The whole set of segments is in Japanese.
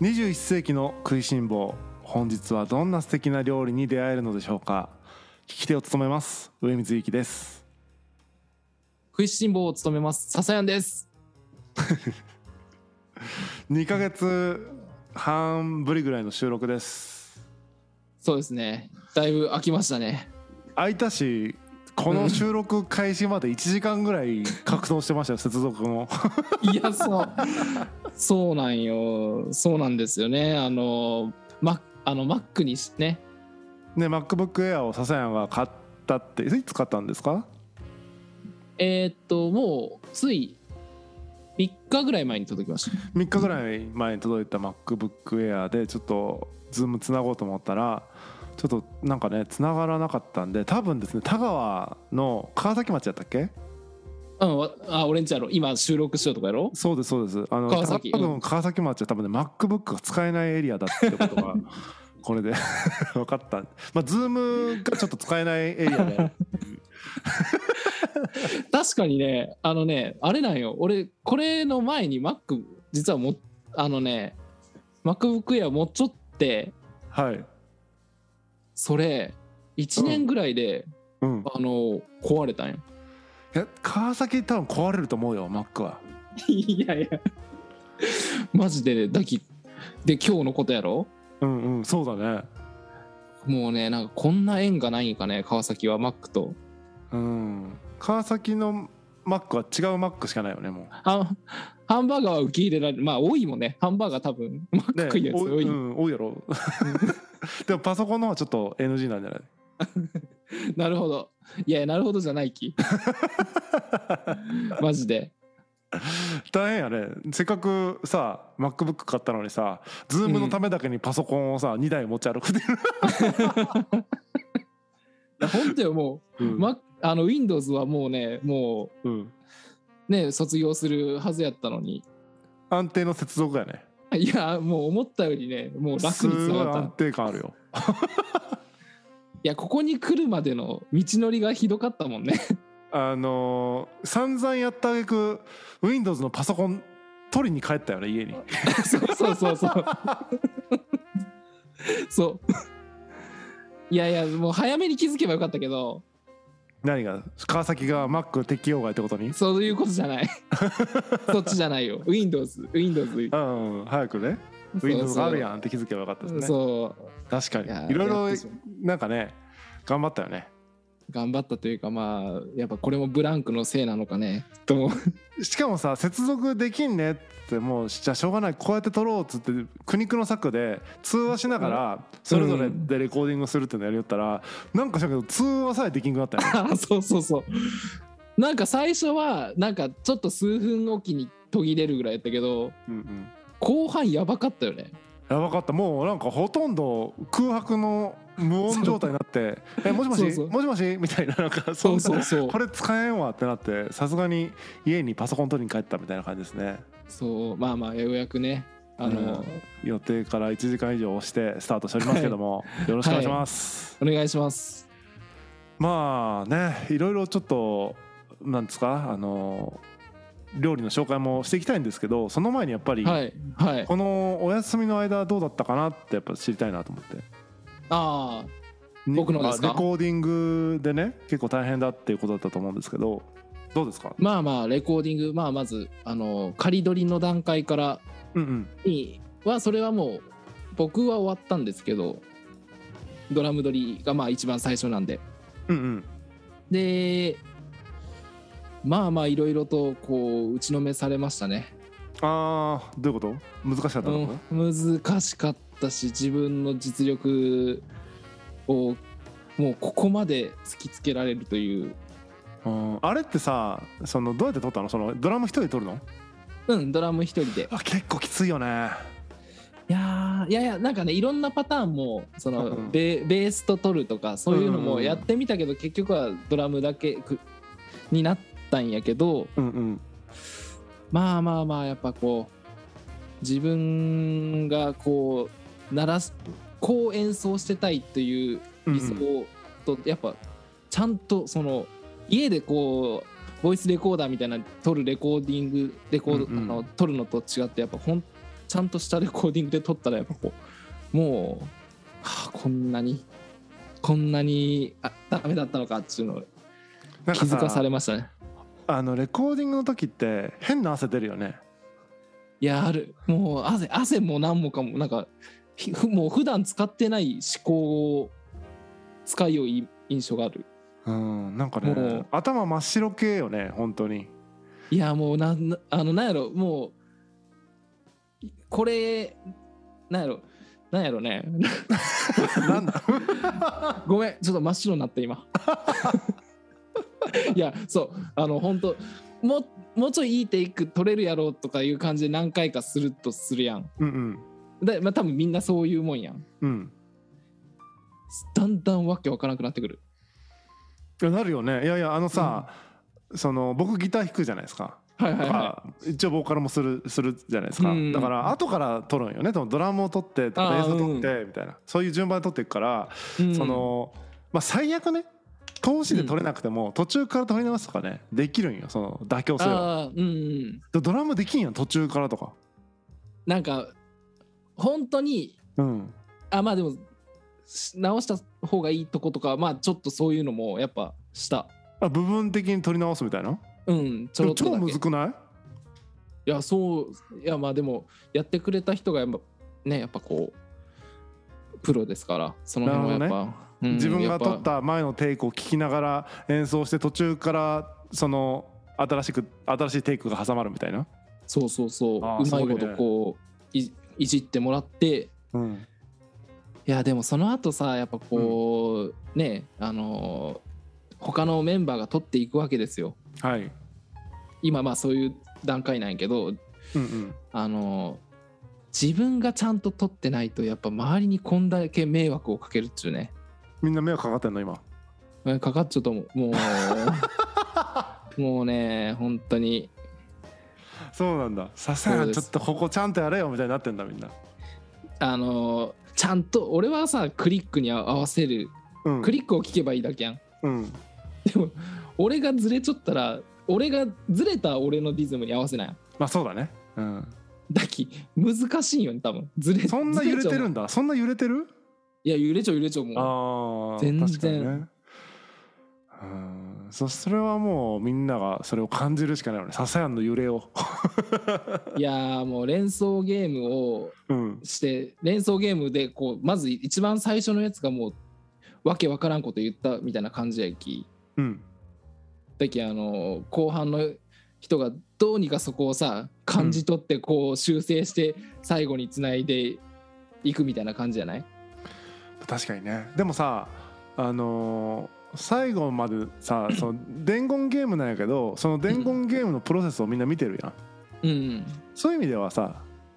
21世紀の食いしん坊本日はどんな素敵な料理に出会えるのでしょうか聞き手を務めます上水幸です食いしん坊を務めます笹谷です2ヶ月半ぶりぐらいの収録ですそうですねだいぶ飽きましたね空いたしこの収録開始まで1時間ぐらい格闘してましたよ接続のいやそうそうなんよそうなんですよねあのマあのマックにしねね MacBookAir を笹谷が買ったっていつ買ったんですかえーっともうつい3日ぐらい前に届きました3日ぐらい前に届いた MacBookAir でちょっと Zoom つなごうと思ったらちょっとなんかねつながらなかったんで多分ですね田川の川崎町やったっけうんわあ俺んちやろ今収録しようとかやろそうですそうですあの川崎多う分川崎町は多分ね MacBook が使えないエリアだってこと がこれで分かったまあ Zoom がちょっと使えないエリア で確かにねあのねあれなんよ俺これの前にマック実はもあのね MacBookAir 持っちょってはい、それ1年ぐらいで、うん、あの壊れたんよいや川崎多分壊れると思うよ Mac はいやいやマジでねだきで今日のことやろうんうんそうだねもうねなんかこんな縁がないんかね川崎はマックとうん川崎の Mac は違う Mac しかないよねもうあハンバーガーは受け入れられまあ多いもんねハンバーガー多分マック食いやつお多い、うん、多いやろでもパソコンの方はちょっと NG なんじゃないなるほどいやいやなるほどじゃない きマジで大変やねせっかくさ MacBook 買ったのにさ Zoom のためだけにパソコンをさ、2台持ち歩くっていう、本当よもうう、んマックあの Windows はもうねもうんうね卒業するはずやったのに安定の接続やねいやもう思ったよりねもう楽すにつなごいがった安定感あるよいやここに来るまでの道のりがひどかったもん ねあのー散々やったあげく Windows のパソコン取りに帰ったよね家にそうそうそうそうそういやいやもう早めに気づけばよかったけど何が川崎が Mac 適用外ってことにそういうことじゃない そっちじゃないよ WindowsWindows うんうん早くね Windows があるやんって気づけばよかったですねそう確かいやにいろいろやってしまうなんかね頑張ったよね頑張ったというかまあやっぱこれもブランクのせいなのかね と思うしかもさ接続できんねってもうじゃあしょうがないこうやって撮ろうっつって苦肉の策で通話しながらそれぞれでレコーディングするってのやりよったら、なんかしたけど通話さえできんくなった よねあそうそうそうなんか最初はなんかちょっと数分おきに途切れるぐらいやったけどうん、うん、後半やばかったよねやばかったもうなんかほとんど空白の無音状態になって「えもしもしそうそうもしもし?」みたいななんかそんそなうそうそうこれ使えんわってなってさすがに家にパソコン取りに帰ったみたいな感じですねそうまあまあようやくねあの、予定から1時間以上押してスタートしておりますけども、よろしくお願いします、お願いしますまあねいろいろちょっとなんですかあの料理の紹介もしていきたいんですけどその前にやっぱり、はいはいこのお休みの間どうだったかなってやっぱ知りたいなと思ってああに僕のですかあレコーディングでね結構大変だっていうことだったと思うんですけどどうですかまあまあレコーディングまあまずあの仮取りの段階からうんうんにはそれはもう僕は終わったんですけどドラム取りがまあ一番最初なんでうんうんでまあまあいろいろとこう打ちのめされましたね、ああどういうこと難しかったうのかん、難しかったし自分の実力をもうここまで突きつけられるといううんあれってさそのどうやって撮ったのそのドラム一人で撮るのうんドラム一人であ結構きついよねいやーいやいやなんかねいろんなパターンもそのうんベベースと取るとかそういううのんうんうもんやってみたけど結局はドラムだけくになったんやけどうんうんまあまあまあやっぱこう自分がこう鳴らすこう演奏してたいといううん理想とやっぱちゃんとその家でこうボイスレコーダーみたいな撮るレコーディングレコード、うんうんあの撮るのと違ってやっぱ本ちゃんとしたレコーディングで撮ったらやっぱこうもう、はあ、こんなにこんなにあダメだったのかっていうのをなん気かづかさされましたねあのレコーディングの時って変な汗出るよねいやあるもう汗汗も何もかもなんかひふもう普段使ってない思考を使いよい印象があるうんなんかもねう頭真っ白系よね本当にいやもうななあのなんやろもういこれなんやろなんやろね なんだごめんちょっと真っ白になった今 いやそうあの本当もうもうちょいいいテイク取れるやろうとかいう感じで何回かするとするやんうんうんで、まあ、多分みんなそういうもんやんうんだんだんわけわからなくなってくるいやなるよねいやいやあのさ、その僕ギター弾くじゃないですかはいはいはいまあ一応ボーカルもするするじゃないですか、うんだから後から撮るんよねそのドラムを撮ってとかあーベースを撮ってみたいな、そういう順番で撮っていくから、うんそのまあ最悪ね通しで撮れなくても途中から撮り直すとかねできるんよその妥協すればああうんうんでドラムできんやん途中からとかなんか本当にうんあまあでもし直した方がいいとことかまあちょっとそういうのもやっぱしたあ部分的に撮り直すみたいなうんちでもょろっと超だむけずいくないやそういやまあでもやってくれた人がやっぱねやっぱこうプロですからその辺はやっぱ、うん自分やがっぱ撮った前のテイクを聞きながら演奏して途中からその新しく新しいテイクが挟まるみたいな、そうそうそううあまーすごいいねことこういいじってもらってうん、いやでもその後さやっぱこう、ねあのー他のメンバーが取っていくわけですよはい、今まあそういう段階なんやけどうんうん、あの自分がちゃんと取ってないとやっぱ周りにこんだけ迷惑をかけるっちゅうねみんな迷惑かかってんの今うんかかっちゃうと思う もうもうね本当にそうなんだささそやうんでちょすっとここちゃんとやれよみたいになってんだみんな、あのちゃんと俺はさクリックに合わせるうん、クリックを聞けばいいだけやんうん俺がずれちょったら俺がずれた俺のリズムに合わせないやんまあそうだね、うん、だき難しいよね多分ずれそんな揺れてずちゃるうんだそんな揺れてるいや揺れちゃう揺れちゃうもああ全然確かにねうんそそれはもうみんながそれを感じるしかないよねささやんの揺れを ういやーもう連想ゲームをうんして連想ゲームでこうまず一番最初のやつがもうわけわからんこと言ったみたいな感じやきうんだけあの後半の人がどうにかそこをさ感じ取ってこう修正して最後につないでいくみたいな感じじゃない確かにねでもさあのー最後まで さその伝言ゲームなんやけどその伝言ゲームのプロセスをみんな見てるやんうんそういう意味ではさ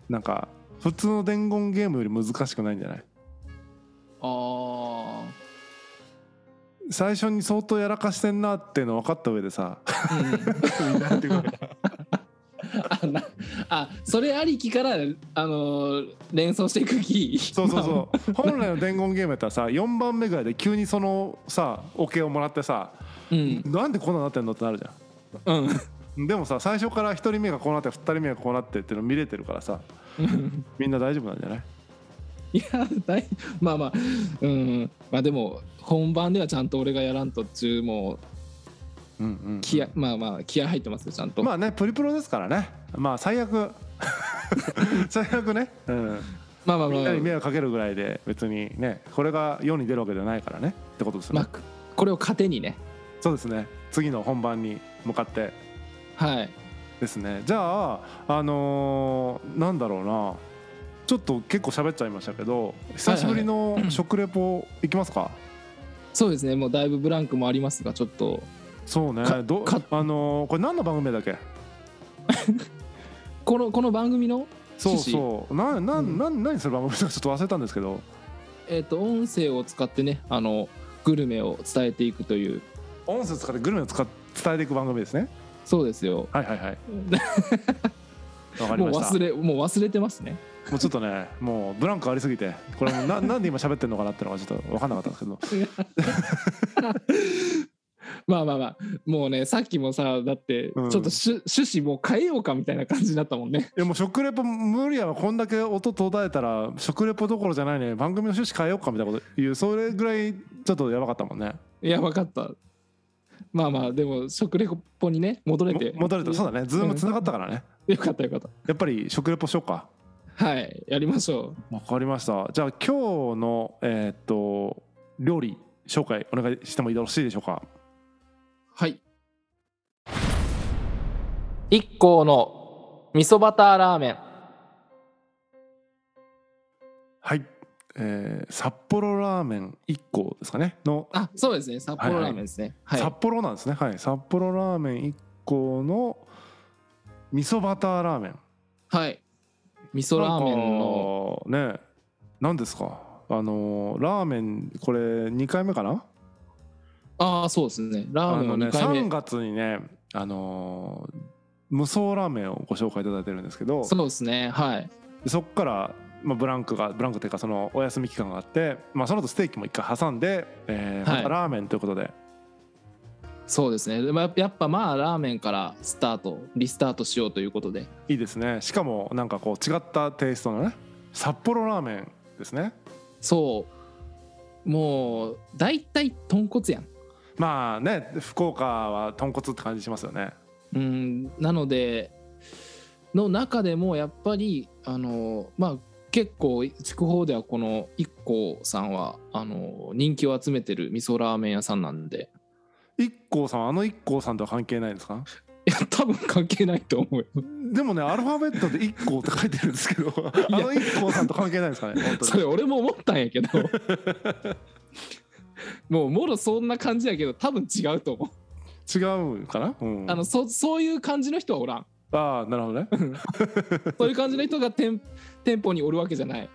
なんか普通の伝言ゲームより難しくないんじゃないあー最初に相当やらかしてんなっていうの分かった上でさ うんうんみんなやってくれるあ なあそれありきから、あのー連想していくきそうそうそう本来の伝言ゲームやったらさ4番目ぐらいで急にそのさおけをもらってさ、う、うんなんでこんなんなってんのってなるじゃうんんでもさ最初から1人目がこうなって2人目がこうなってっていうの見れてるから さうん、みんな大丈夫なんじゃないいや大 まあまあうんまあでも本番ではちゃんと俺がやらんとっちゅうもううんうんうん気合、まあまあ気合入ってますよちゃんと、まあねプリプロですからねまあ最 悪最悪ね、うん、まあまあまみんなあに迷惑かけるぐらいで別にねこれが世に出るわけじゃないからねってことですよね、まあこれを糧にねそうですね次の本番に向かってはいですねじゃああのーなんだろうなちょっと結構喋っちゃいましたけど久しぶりの食レポいきますか、そうですねもうだいぶブランクもありますがちょっとそうねかどかあのーこれ何の番組だっけこのこの番組のそう趣旨そうななうんな何する番組だかちょ っと忘れたんですけどえっ、と音声を使ってねあのグルメを伝えていくという音声を使ってグルメを使っ伝えていく番組ですねそうですよはいはいはいわかりもうました忘れもう忘れてますねもうちょっとねもうブランクありすぎてこれもう ななんで今喋ってんのかなってのがちょっと分かんなかったんですけどままあまあまあもうねさっきもさだってちうょんっとしゅ、趣旨もう変えようかみたいな感じになったもんねやもう食レポ無理やわこんだけ音途絶えたら食レポどころじゃないね番組の趣旨変えようかみたいなこと言うそれぐらいちょっとやばかったもんねいや分かったまあまあでも食レポにね戻れもて戻れたそうだねズームつながったからねよかったよかっやっぱり食レポしようかたはいやりましょわかりましたじゃあ今日のえーっと料理紹介お願いしてもよろしいでしょうかうはい一行の味噌バターラーメンはい、えー札幌ラーメン1個ですかねの、あそうですね札幌ラーメンですねはい、札幌なんですねはい札幌ラーメン1個の味噌バターラーメンはい、味噌ラーメンのなんかね何ですかあのーラーメンこれ2回目かなああそうですねラーあメンののね2回目、 3月にねあのー無双ラーメンをご紹介いただいてるんですけどそうですねはいでそっから、まあ、ブランクがブランクというかそのお休み期間があって、まあ、その後ステーキも一回挟んで、えーはいまたラーメンということで、そうですね、まあ、やっぱまあラーメンからスタートリスタートしようということでいいですねしかもなんかこう違ったテイストのね札幌ラーメンですねそうもう大体豚骨やんまあね福岡は豚骨って感じしますよねうんなのでの中でもやっぱりあのまあ結構筑豊ではこの一光さんはあの人気を集めてる味噌ラーメン屋さんなんで一 k さんあの一 k さんとは関係ないんですかいや多分関係ないと思うよでもねアルファベットで一 k って書いてるんですけどあやの一 k さんと関係ないんですかね本当そにれ俺も思ったんやけど もうもろそんな感じやけど多分違うと思う、違うかな、うん、あのそそういう感じの人はおらんあーなるほどね そういう感じの人が店店舗におるわけじゃない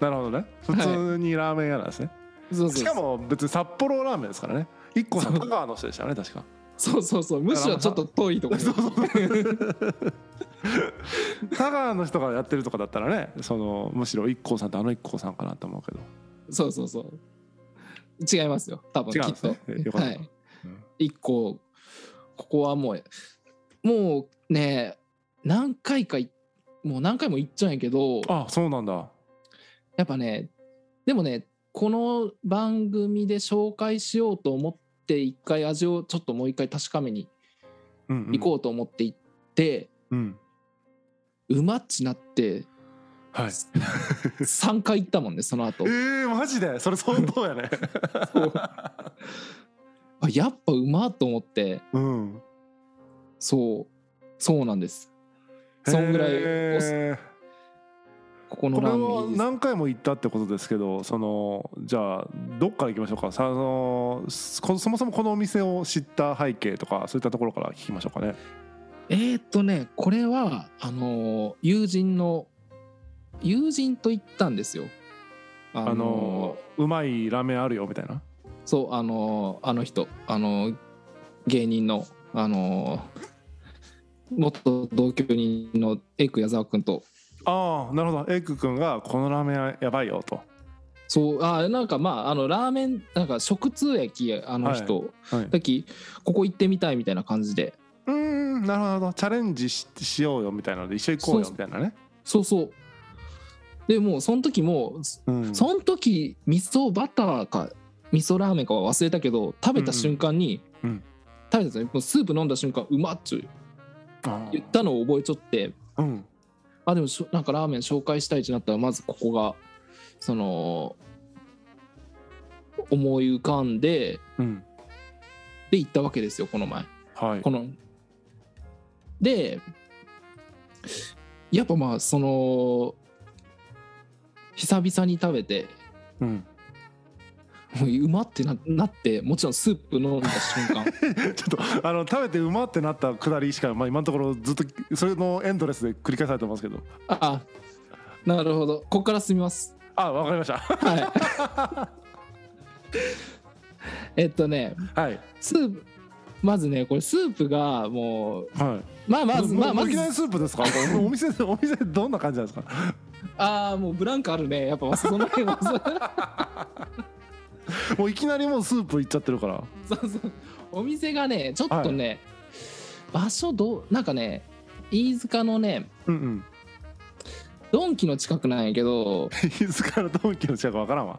なるほどね普通にラーメン屋なんですね、そうそうそうしかも別に札幌ラーメンですからね一個さん香川の人でしたよね確かそうそうそうむしろちょっと遠いところ香川の人がやってるとかだったらねそのむしろ一個さんとあの一個さんかなと思うけどそうそうそう違いますよ多分き違うんでっすねえよかとっはた、いうん一個ここはもうもうね何回かいもう何回も行っちゃうんやけどあそうなんだやっぱねでもねこの番組で紹介しようと思って一回味をちょっともう一回確かめにうん、うん、行こうと思って行って、う、ん、うまっちなってはい3回行ったもんねその後えー、マジでそれ相当やねそうあやっぱうまっと思って うんそうそうなんですそんぐらいおすへーここのこれラーメはンいいです何回も行ったってことですけどそのじゃあどっから行きましょうかさあのこそもそもこのお店を知った背景とかそういったところから聞きましょうかねえー、っとねこれはあのー友人の友人と行ったんですよああのうまいラーメンあるよみたいなそうあのーあの人あのー芸人のあのー元同居人のエイク矢沢君とああなるほどエイク君がこのラーメンやばいよとそうあーなんかまああのラーメンなんか食通駅あの人、はいうさっきここ行ってみたいみたいな感じでーんなるほどチャレンジししようよみたいなので一緒に行こうよそうみたいなねそうそうでもうその時もうんその時味噌バターか味噌ラーメンかは忘れたけど食べた瞬間に、うんうん食べた時にもうスープ飲んだ瞬間うまっちゅうあ言ったのを覚えちょってーうんあでもしょなんかラーメン紹介したいってなったらまずここがその思い浮かんでうんで行ったわけですよこの前はいこのでやっぱまあその久々に食べてうん、もううまってななってもちろんスープ飲んだ瞬 間ちょっとあの食べてうまってなったくだりしか、まあ、今のところずっとそれのエンドレスで繰り返されてますけどああなるほどここから進みますあわかりましたはいえっとね はいスープまずねこれスープがもうはいまあまずもうまあもまういきずなりスープ ですかこれお店お店どんな感じなんですかああもうブランクあるねやっぱその辺はもういきなりもうスープいっちゃってるからそうそうお店がねちょっとね、場所どうなんかね飯塚のねうんうんドンキの近くなんやけど 飯塚のドンキの近くわからんわ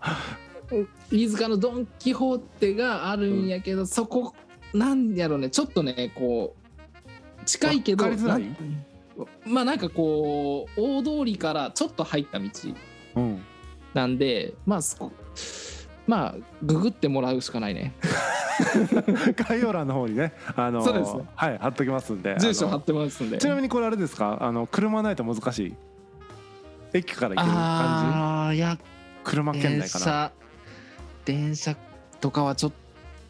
飯塚のドン・キホーテがあるんやけど、そこなんやろねちょっとねこう近いけどわかりづらいなんまあなんかこう大通りからちょっと入った道うん なんでまあすこまあググってもらうしかないね概要欄の方にねあのそうですねはい貼っときますんで住所あ貼のってますんでちなみにこれあれですかあの車ないと難しい駅から行ける感ああいやじ車圏電内かな車電車とかはちょっ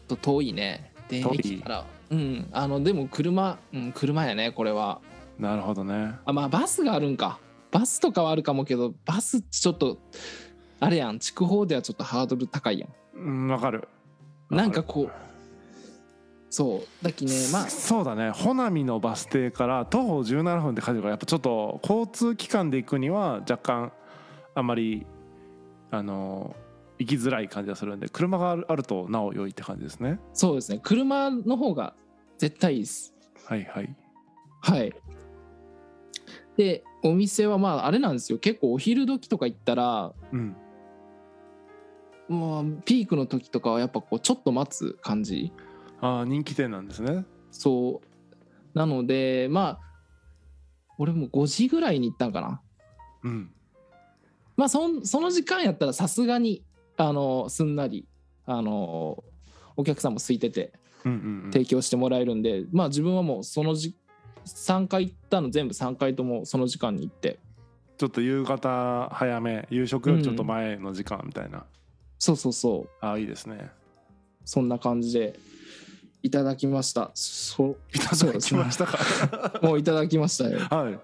と遠いね電遠い駅からうんあのでも車、うん、車やねこれはなるほどねあまあバスがあるんかバスとかはあるかもけどバスちょっとあれやん筑豊ではちょっとハードル高いやんうんわかるなんかこうそうだきねまあそうだね穂波のバス停から徒歩17分って書いてるからやっぱちょっと交通機関で行くには若干あまりあの行きづらい感じがするんで車があるあるとなお良いって感じですねそうですね車の方が絶対いいですはいはいはいでお店はまああれなんですよ結構お昼時とか行ったらうんもうピークの時とかはやっぱこうちょっと待つ感じああ人気店なんですねそうなのでまあ俺も5時ぐらいに行ったんかなうんまあそんその時間やったらさすがにあのすんなりあのお客さんも空いててうんうんうん提供してもらえるんで、まあ自分はもうそのじ3回行ったの全部3回ともその時間に行ってちょっと夕方早め夕食よりちょっと前の時間みたいな、そうそうそうああいいですねそんな感じでいただきましたそいたそうだですきねましたかもういただきましたよはい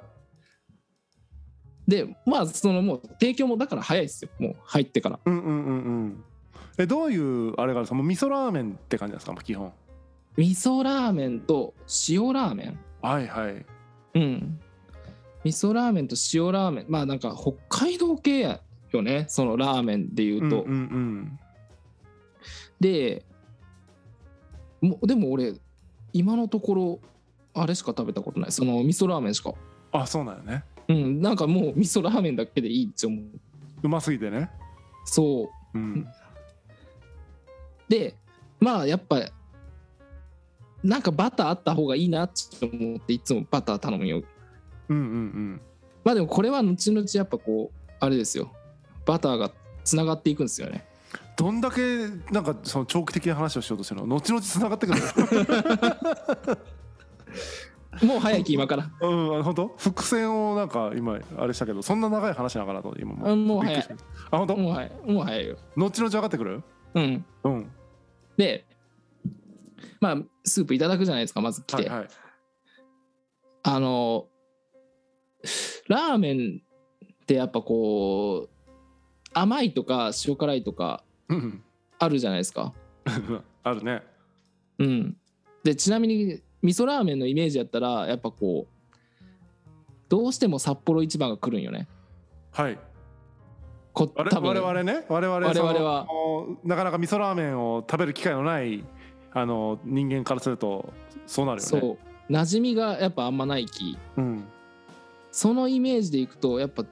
でまあそのもう提供もだから早いですよもう入ってからうんうんうんうんえどういうあれがあるんですかもう味噌ラーメンって感じなんですかもう基本味噌ラーメンと塩ラーメンはいはいうん味噌ラーメンと塩ラーメンまあなんか北海道系やよねそのラーメンでいうと、うんうんうんでもでも俺今のところあれしか食べたことないその味噌ラーメンしかあそうなんよねうんなんかもう味噌ラーメンだけでいいって思ううますぎてねそううんでまあやっぱなんかバターあった方がいいなって思っていつもバター頼むようんうんまあでもこれは後々やっぱこうあれですよバターがつながっていくんですよねうんどんだけなんかその長期的な話をしようとしてるの後々つなが ってくるもう早いき今からうんあの本当伏線をなんか今あれしたけどそんな長い話なのかなと今もあもう早いびっくりしたあ本当 もう早いもう早いよ後々上がってくるうんうんでまあスープいただくじゃないですかまず来て、はいはいあのラーメンってやっぱこう甘いとか塩辛いとかうん あるじゃないですかうんあるねうん、でちなみに味噌ラーメンのイメージやったらやっぱこうどうしても札幌一番が来るんよねはいこ我多分我々ね我々我々はそのなかなか味噌ラーメンを食べる機会のないあの人間からするとそうなるよねそう馴染みがやっぱあんまないきうんそのイメージでいくとやっぱ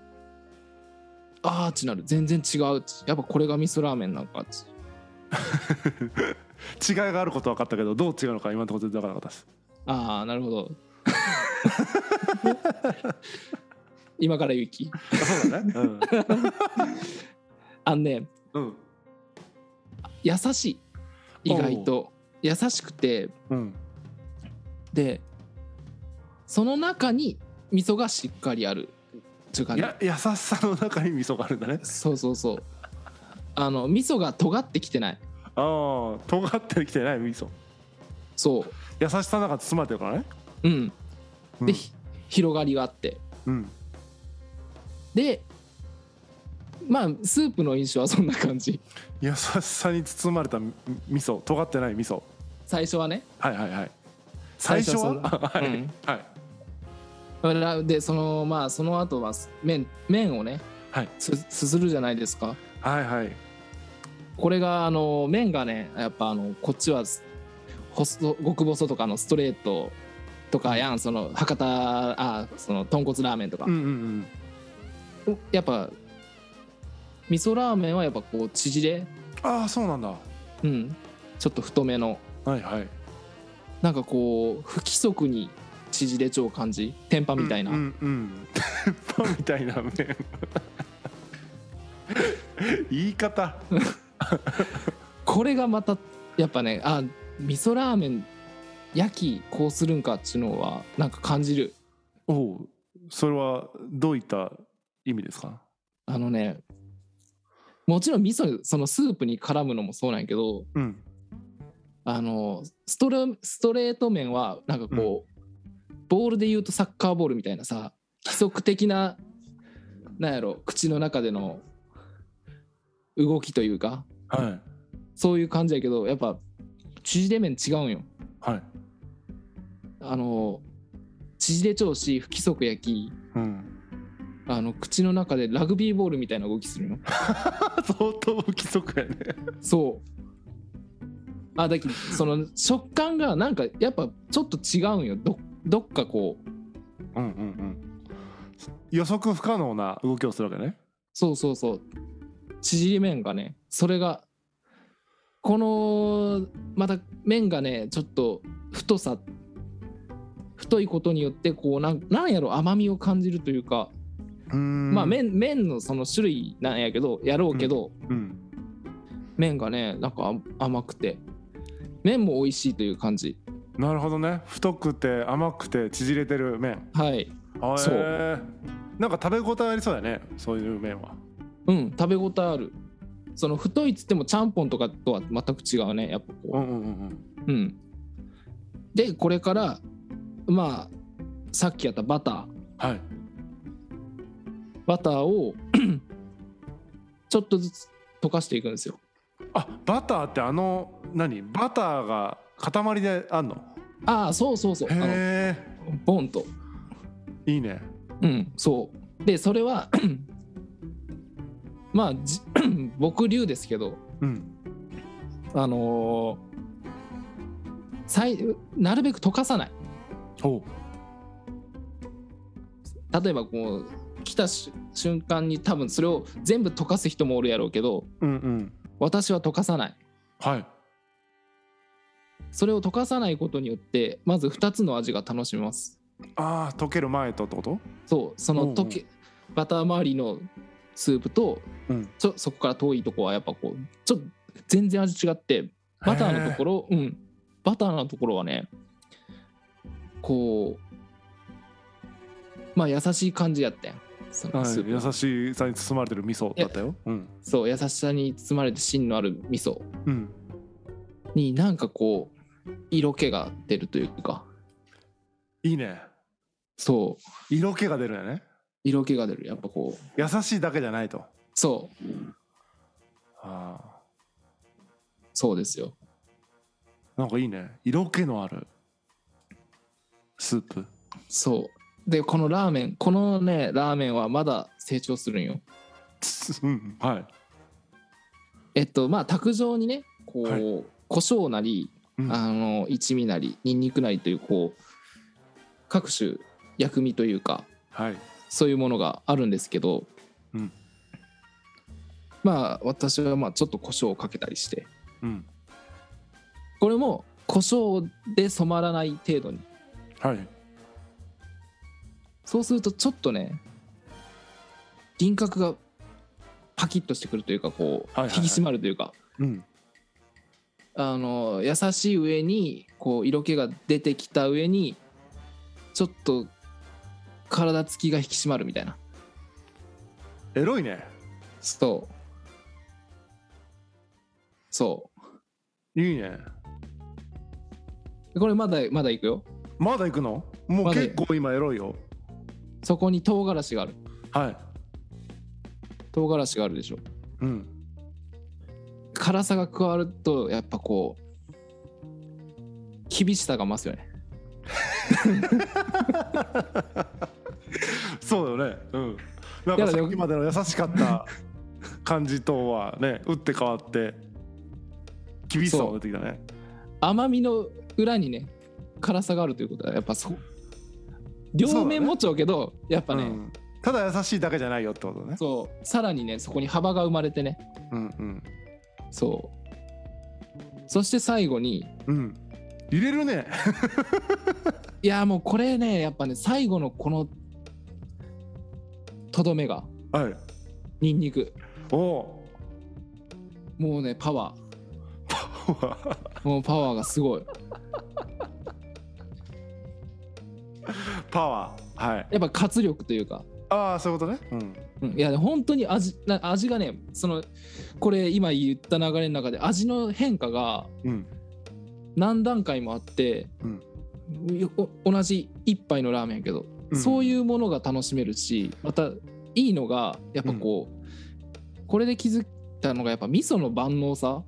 あーってなる全然違うやっぱこれが味噌ラーメンなんかち違いがあることは分かったけどどう違うのか今のところ全然分からなかったですああなる ほど今から言うきあそうだねあのねうん、うん優しい意外と優しくてうん、でその中に味噌がしっかりあるっていう感じや優しさの中に味噌があるんだねそうそうそうあの味噌が尖ってきてないああ尖ってきてない味噌そ優しさの中に包まれてるからねううんうんで、ひ広がりがあってうん、でまあスープの印象はそんな感じ優しさに包まれたみ味噌尖ってない味噌最初はねはいはいはい最初は最は初い、うんはいらでそのまあその後は麺麺をね、はいすすするじゃないですかはいはいこれがあの麺がねやっぱあのこっちは細極細とかのストレートとかやんその博多あその豚骨ラーメンとか、うんうんやっぱ味噌ラーメンはやっぱこう縮れうんああそうなんだうんちょっと太めのはいはいなんかこう不規則に縮れちゃう感じ天パみたいな、うんうんうん鉄板みたいな麺 言い方これがまたやっぱねあ味噌ラーメン焼きこうするんかっちゅうのはなんか感じるおうそれはどういった意味ですかあのねもちろん味噌そのスープに絡むのもそうなんやけどうんあのストレストレート麺はなんかこう、ボールで言うとサッカーボールみたいなさ規則的ななんやろ口の中での動きというかはいそういう感じやけどやっぱ縮れ麺違うんよはいあの縮れ調子不規則やきうん、あの口の中でラグビーボールみたいな動きするの相当不規則やねそうあだけどその食感がなんかやっぱちょっと違うんよどどっかこううんうんうん予測不可能な動きをするわけねそうそうそう縮り麺がねそれがこのまた麺がねちょっと太さ太いことによってこうなんなんやろ甘みを感じるというか、うんまあ麺麺のその種類なんやけどやろうけど、うん麺がねなんかあ甘くて麺も美味しいという感じなるほどね太くて甘くて縮れてる麺はいあそうへーなんか食べ応えありそうだねそういう麺はうん食べ応えあるその太いっつってもちゃんぽんとかとは全く違うねやっぱうこんうんうんううんでこれからまあさっきやったバターはいバターをちょっとずつ溶かしていくんですよあバターってあの何バターが塊であんのああそうそうそうあのへボンとえいいねうんそうでそれは まあじ 僕流ですけどうんあのー最なるべく溶かさないおう例えばこう来たし瞬間に多分それを全部溶かす人もおるやろうけどうんうん私は溶かさないはいそれを溶かさないことによってまず2つの味が楽しめますあー溶ける前とってことそうそうんうのん溶け、バター周りのスープとうんちょそこから遠いとこはやっぱこうちょっと全然味違ってバターのところうんバターのところはねこうまあ優しい感じやったやんそのスープがはい、優しさに包まれてる味噌だったよ。うん、そう優しさに包まれて芯のある味噌うん、になんかこう色気が出るというかいいね。そう色気が出るよね。色気が出るやっぱこう優しいだけじゃないと。そうあそうですよーなんかいいね。色気のあるスープ。 そうでこのラーメンこのねラーメンはまだ成長するんよつうん、はい。えっとまあ卓上にねこう、はい胡椒なりうん、あの一味なりニンニクなりというこう各種薬味というかはい。そういうものがあるんですけど、うんまあ私はまあちょっと胡椒をかけたりしてうん、これも胡椒で染まらない程度にはい。そうするとちょっとね輪郭がパキッとしてくるというかこうはいはいは引いき締まるというか、うん、あの優しい上にこう色気が出てきた上にちょっと体つきが引き締まるみたいなエロいね。そうそいいね。うこれまだまだいくよまだ行くの？もうまだ結構今エロいよ。そこに唐辛子があるはい。唐辛子があるでしょうん、辛さが加わるとやっぱこう厳しさが増すよねそうだよね。うん。なんいやかでさもっきまでの優しかった感じとは ね打って変わって厳しさも出てきたね甘みの裏にね辛さがあるということはやっぱそう両面持っちゃうけどやっぱね、うんただ優しいだけじゃないよってことねそうさらにねそこに幅が生まれてねうんうんそうそして最後にうん揺れるねいやもうこれねやっぱね最後のこのとどめがはいニンニクおおもうねパワー ーもうパワーがすごいパワーはいやっぱ活力というか、ああそういうことねうんうん、いや本当に味な味がねそのこれ今言った流れの中で味の変化がうん何段階もあって、よお同じ一杯のラーメンやけど、そういうものが楽しめるしまたいいのがやっぱこう、これで気づいたのがやっぱ味噌の万能さ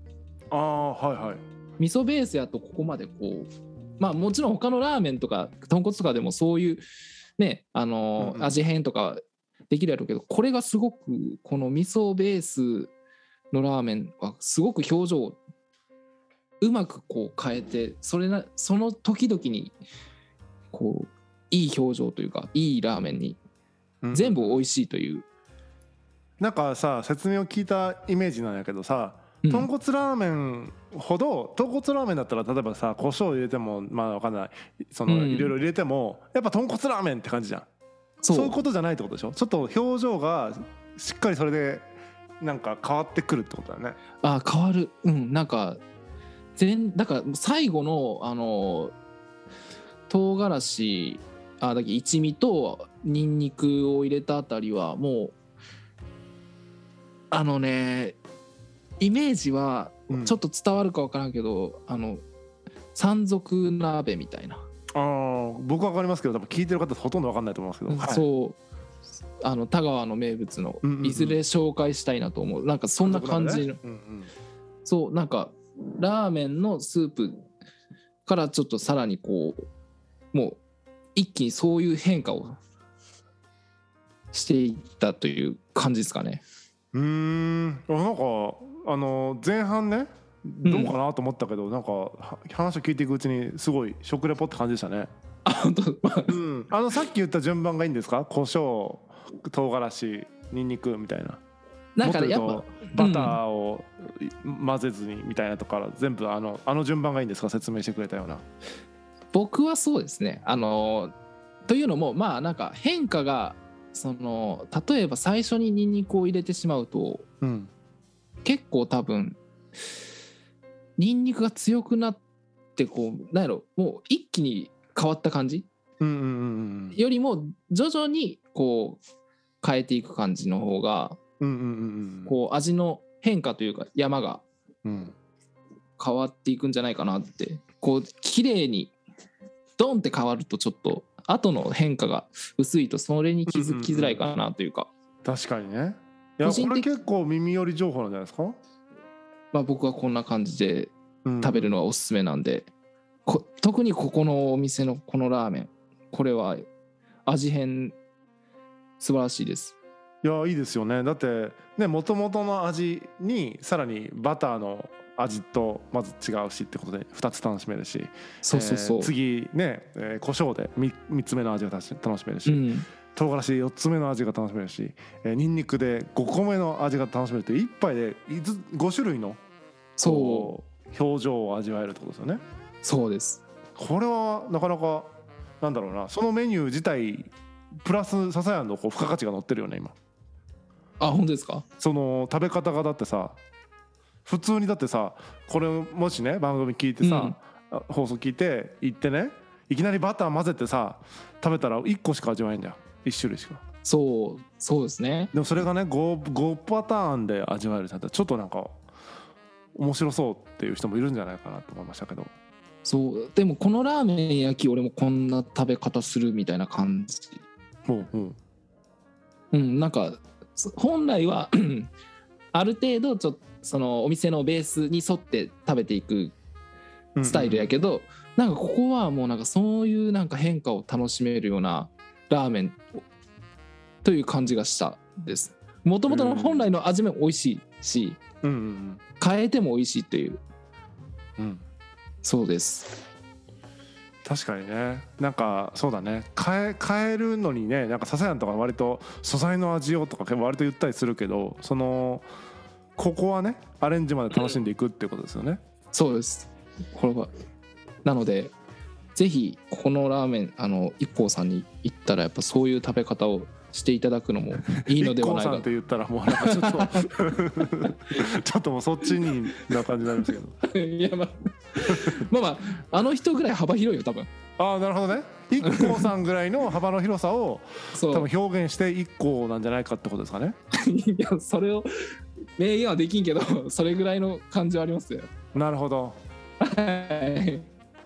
ああはいはい味噌ベースやとここまでこうまあもちろん他のラーメンとか豚骨とかでもそういうねあのーうんうん味変とかできるやろうけどこれがすごくこの味噌ベースのラーメンはすごく表情をうまくこう変えてそれなその時々にこういい表情というかいいラーメンにうん全部美味しいという、なんかさ説明を聞いたイメージなんやけどさうん豚骨ラーメンほど豚骨ラーメンだったら例えばさ胡椒入れてもまあわかんないその、うんいろいろ入れてもやっぱ豚骨ラーメンって感じじゃんそそういうことじゃないってことでしょちょっと表情がしっかりそれでなんか変わってくるってことだねあ変わるうんなんか全だから最後のあの唐辛子あだっけ一味とニンニクを入れたあたりはもうあのねイメージはうんちょっと伝わるか分からんけど、あの山賊鍋みたいな、あー僕はわかりますけど多分聞いてる方ほとんどわかんないと思いますけど、はいそうあの田川の名物のうんうんうんいずれ紹介したいなと思うなんかそんな感じのうんうんそうなんかラーメンのスープからちょっとさらにこうもう一気にそういう変化をしていったという感じですかね。 うーんあなんかあの前半ねどうかなと思ったけど、なんかは話を聞いていくうちにすごい食レポって感じでしたね、あ本当まあうん、あのさっき言った順番がいいんですか胡椒唐辛子にんにくみたいななんかねやっもとぱ言うとバターをい混ぜずにみたいなとこから全部あのあの順番がいいんですか説明してくれたような僕はそうですね。あのというのもまあなんか変化がその例えば最初にニンニクを入れてしまうとうん結構多分ニンニクが強くなってこうなんやろもう一気に変わった感じうんうんうんよりも徐々にこう変えていく感じの方がうんうんうんうんこう味の変化というか山がうん変わっていくんじゃないかなってこう綺麗にドンって変わるとちょっと後の変化が薄いとそれに気づきづらいかなというか、確かにねいや個こ人れ的結構耳寄り情報なんじゃないですか、まあ、僕はこんな感じでうん、食べるのがおすすめなんで、こ特にここのお店のこのラーメンこれは味変素晴らしいです。いやいいですよねだってねもともとの味にさらにバターの味とまず違うしってことで2つ楽しめるしそうそうそう。えー次ね、えー、胡椒で 3, 三つ目の味が楽し楽しめるし、うん唐辛子で4つ目の味が楽しめるし、えー、ニンニクで5個目の味が楽しめるって1杯でいず5種類のそうう表情を味わえるってことですよね。そうです。これはなかなかなんだろうなそのメニュー自体プラスささやんのこう付加価値が乗ってるよね今。あ本当ですかその食べ方がだってさ普通にだってさこれもしね番組聞いてさ、あ放送聞いて行ってねいきなりバター混ぜてさ食べたら1個しか味わえんだよ1種類しかそうそうですねでもそれがね 5, 5パターンで味わえるってなったらちょっとなんか面白そうっていう人もいるんじゃないかなと思いましたけどそうでもこのラーメン焼き俺もこんな食べ方するみたいな感じもううんうんなんかそ本来は ある程度ちょっとそのお店のベースに沿って食べていくうんスタイルやけど、なんかここはもうなんかそういうなんか変化を楽しめるようなラーメンという感じがしたですもともとの本来の味も美味しいしうんうん変えても美味しいっていううんうんそうです確かにねなんかそうだね変え変えるのにねなんかささやんとか割と素材の味をとか割と言ったりするけどそのここはねアレンジまで楽しんでいくってことですよね。そうですこれはなのでぜひここのラーメンあの一光さんに行ったらやっぱそういう食べ方をしていただくのもいいのではない i さんかっとて言ったらもうなんかちょっと ちょっともうそっちにな感じになりましたけどいやまあまあまああの人ぐらい幅広いよ多分ああなるほどね i k さんぐらいの幅の広さをそう多分表現して IKKO なんじゃないかってことですかね。 いやそれを明言はできんけどそれぐらいの感じはありますよなるほどはい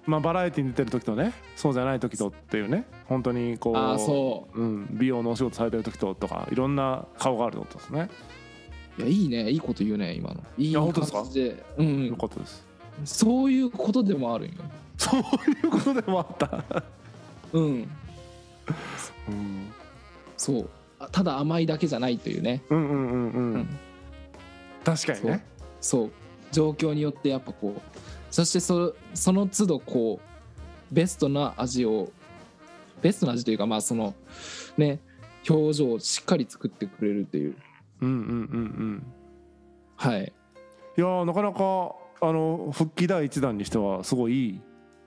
まあバラエティに出てる時とねそうじゃない時とっていうね本当にこう、ああそうん、美容のお仕事されてる時ととかいろんな顔があるってことですね、ういやいいねいいこと言うね今のいいや感本当ですかじでうんよかったですうんそういうことでもあるんよそういうことでもあった、うんうん、そうあただ甘いだけじゃないというねうんうんうんうん、うん確かにねそう状況によってやっぱこうそしてそその都度こうベストな味をベストな味というかまあそのね表情をしっかり作ってくれるといううんうんうんうんはいいやーなかなかあの復帰第一弾にしてはすごいいい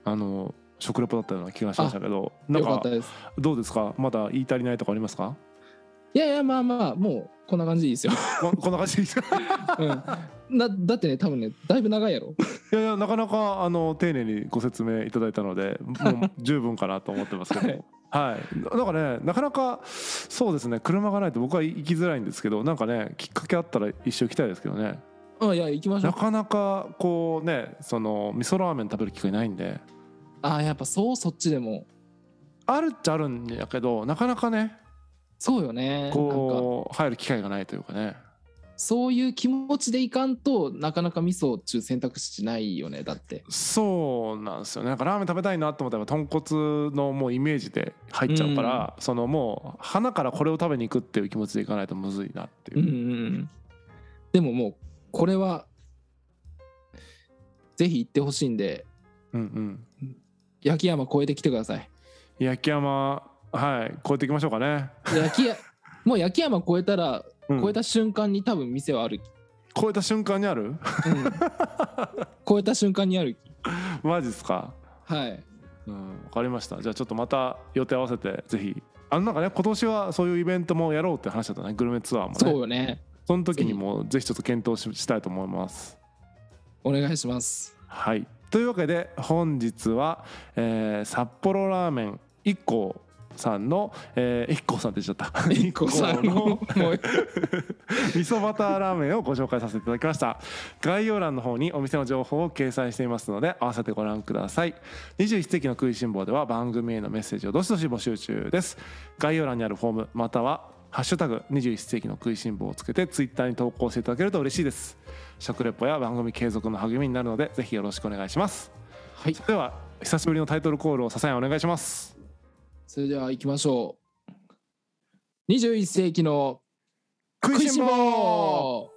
あの食レポだったような気がしましたけどなんよかっかたですどうですかまだ言い足りないとかありますかいやいやまあまあもうこんな感じでいい ですよ、ここんな感じでいいですかうん、だだってね多分ねだいぶ長いやろいやいやなかなかあの丁寧にご説明いただいたので もう十分かなと思ってますけど。はい、だからねなかなかそうですね車がないと僕は行きづらいんですけどなんかねきっかけあったら一緒行きたいですけどねうんいや行きましょなうかなかこうねその味噌ラーメン食べる機会ないんでああやっぱそうそっちでもあるっちゃあるんやけどなかなかねそうよねなんかこう入る機会がないというかねそういう気持ちでいかんとなかなか味噌中選択肢ないよねだってそうなんですよねなんかラーメン食べたいなと思ったら豚骨のもうイメージで入っちゃうから、そのもう鼻からこれを食べに行くっていう気持ちでいかないとむずいなっていううん、うんうんでももうこれはぜひ行ってほしいんでうんうん焼き山越えてきてください焼き山はい超えていきましょうかね、焼きやもう焼き山越えたらうん越えた瞬間に多分店はある、超えた瞬間にある うん、超えた瞬間にあるマジっすかはいうんわかりましたじゃあちょっとまた予定合わせてぜひあのなんかね今年はそういうイベントもやろうって話だったねグルメツアーもねそうよねその時にもぜひちょっと検討ししたいと思いますお願いしますはい、というわけで本日は、えー札幌ラーメン一行さんの、えー、一行さんって言っちゃった一個さんのもう味噌バターラーメンをご紹介させていただきました概要欄の方にお店の情報を掲載していますので合わせてご覧ください21世紀の食いしん坊では番組へのメッセージをどしどし募集中です概要欄にあるフォームまたはハッシュタグ21世紀の食いしん坊をつけてツイッターに投稿していただけると嬉しいです食レポや番組継続の励みになるのでぜひよろしくお願いしますはいでは久しぶりのタイトルコールを笹谷お願いしますそれでは行きましょう21世紀の食食いしん坊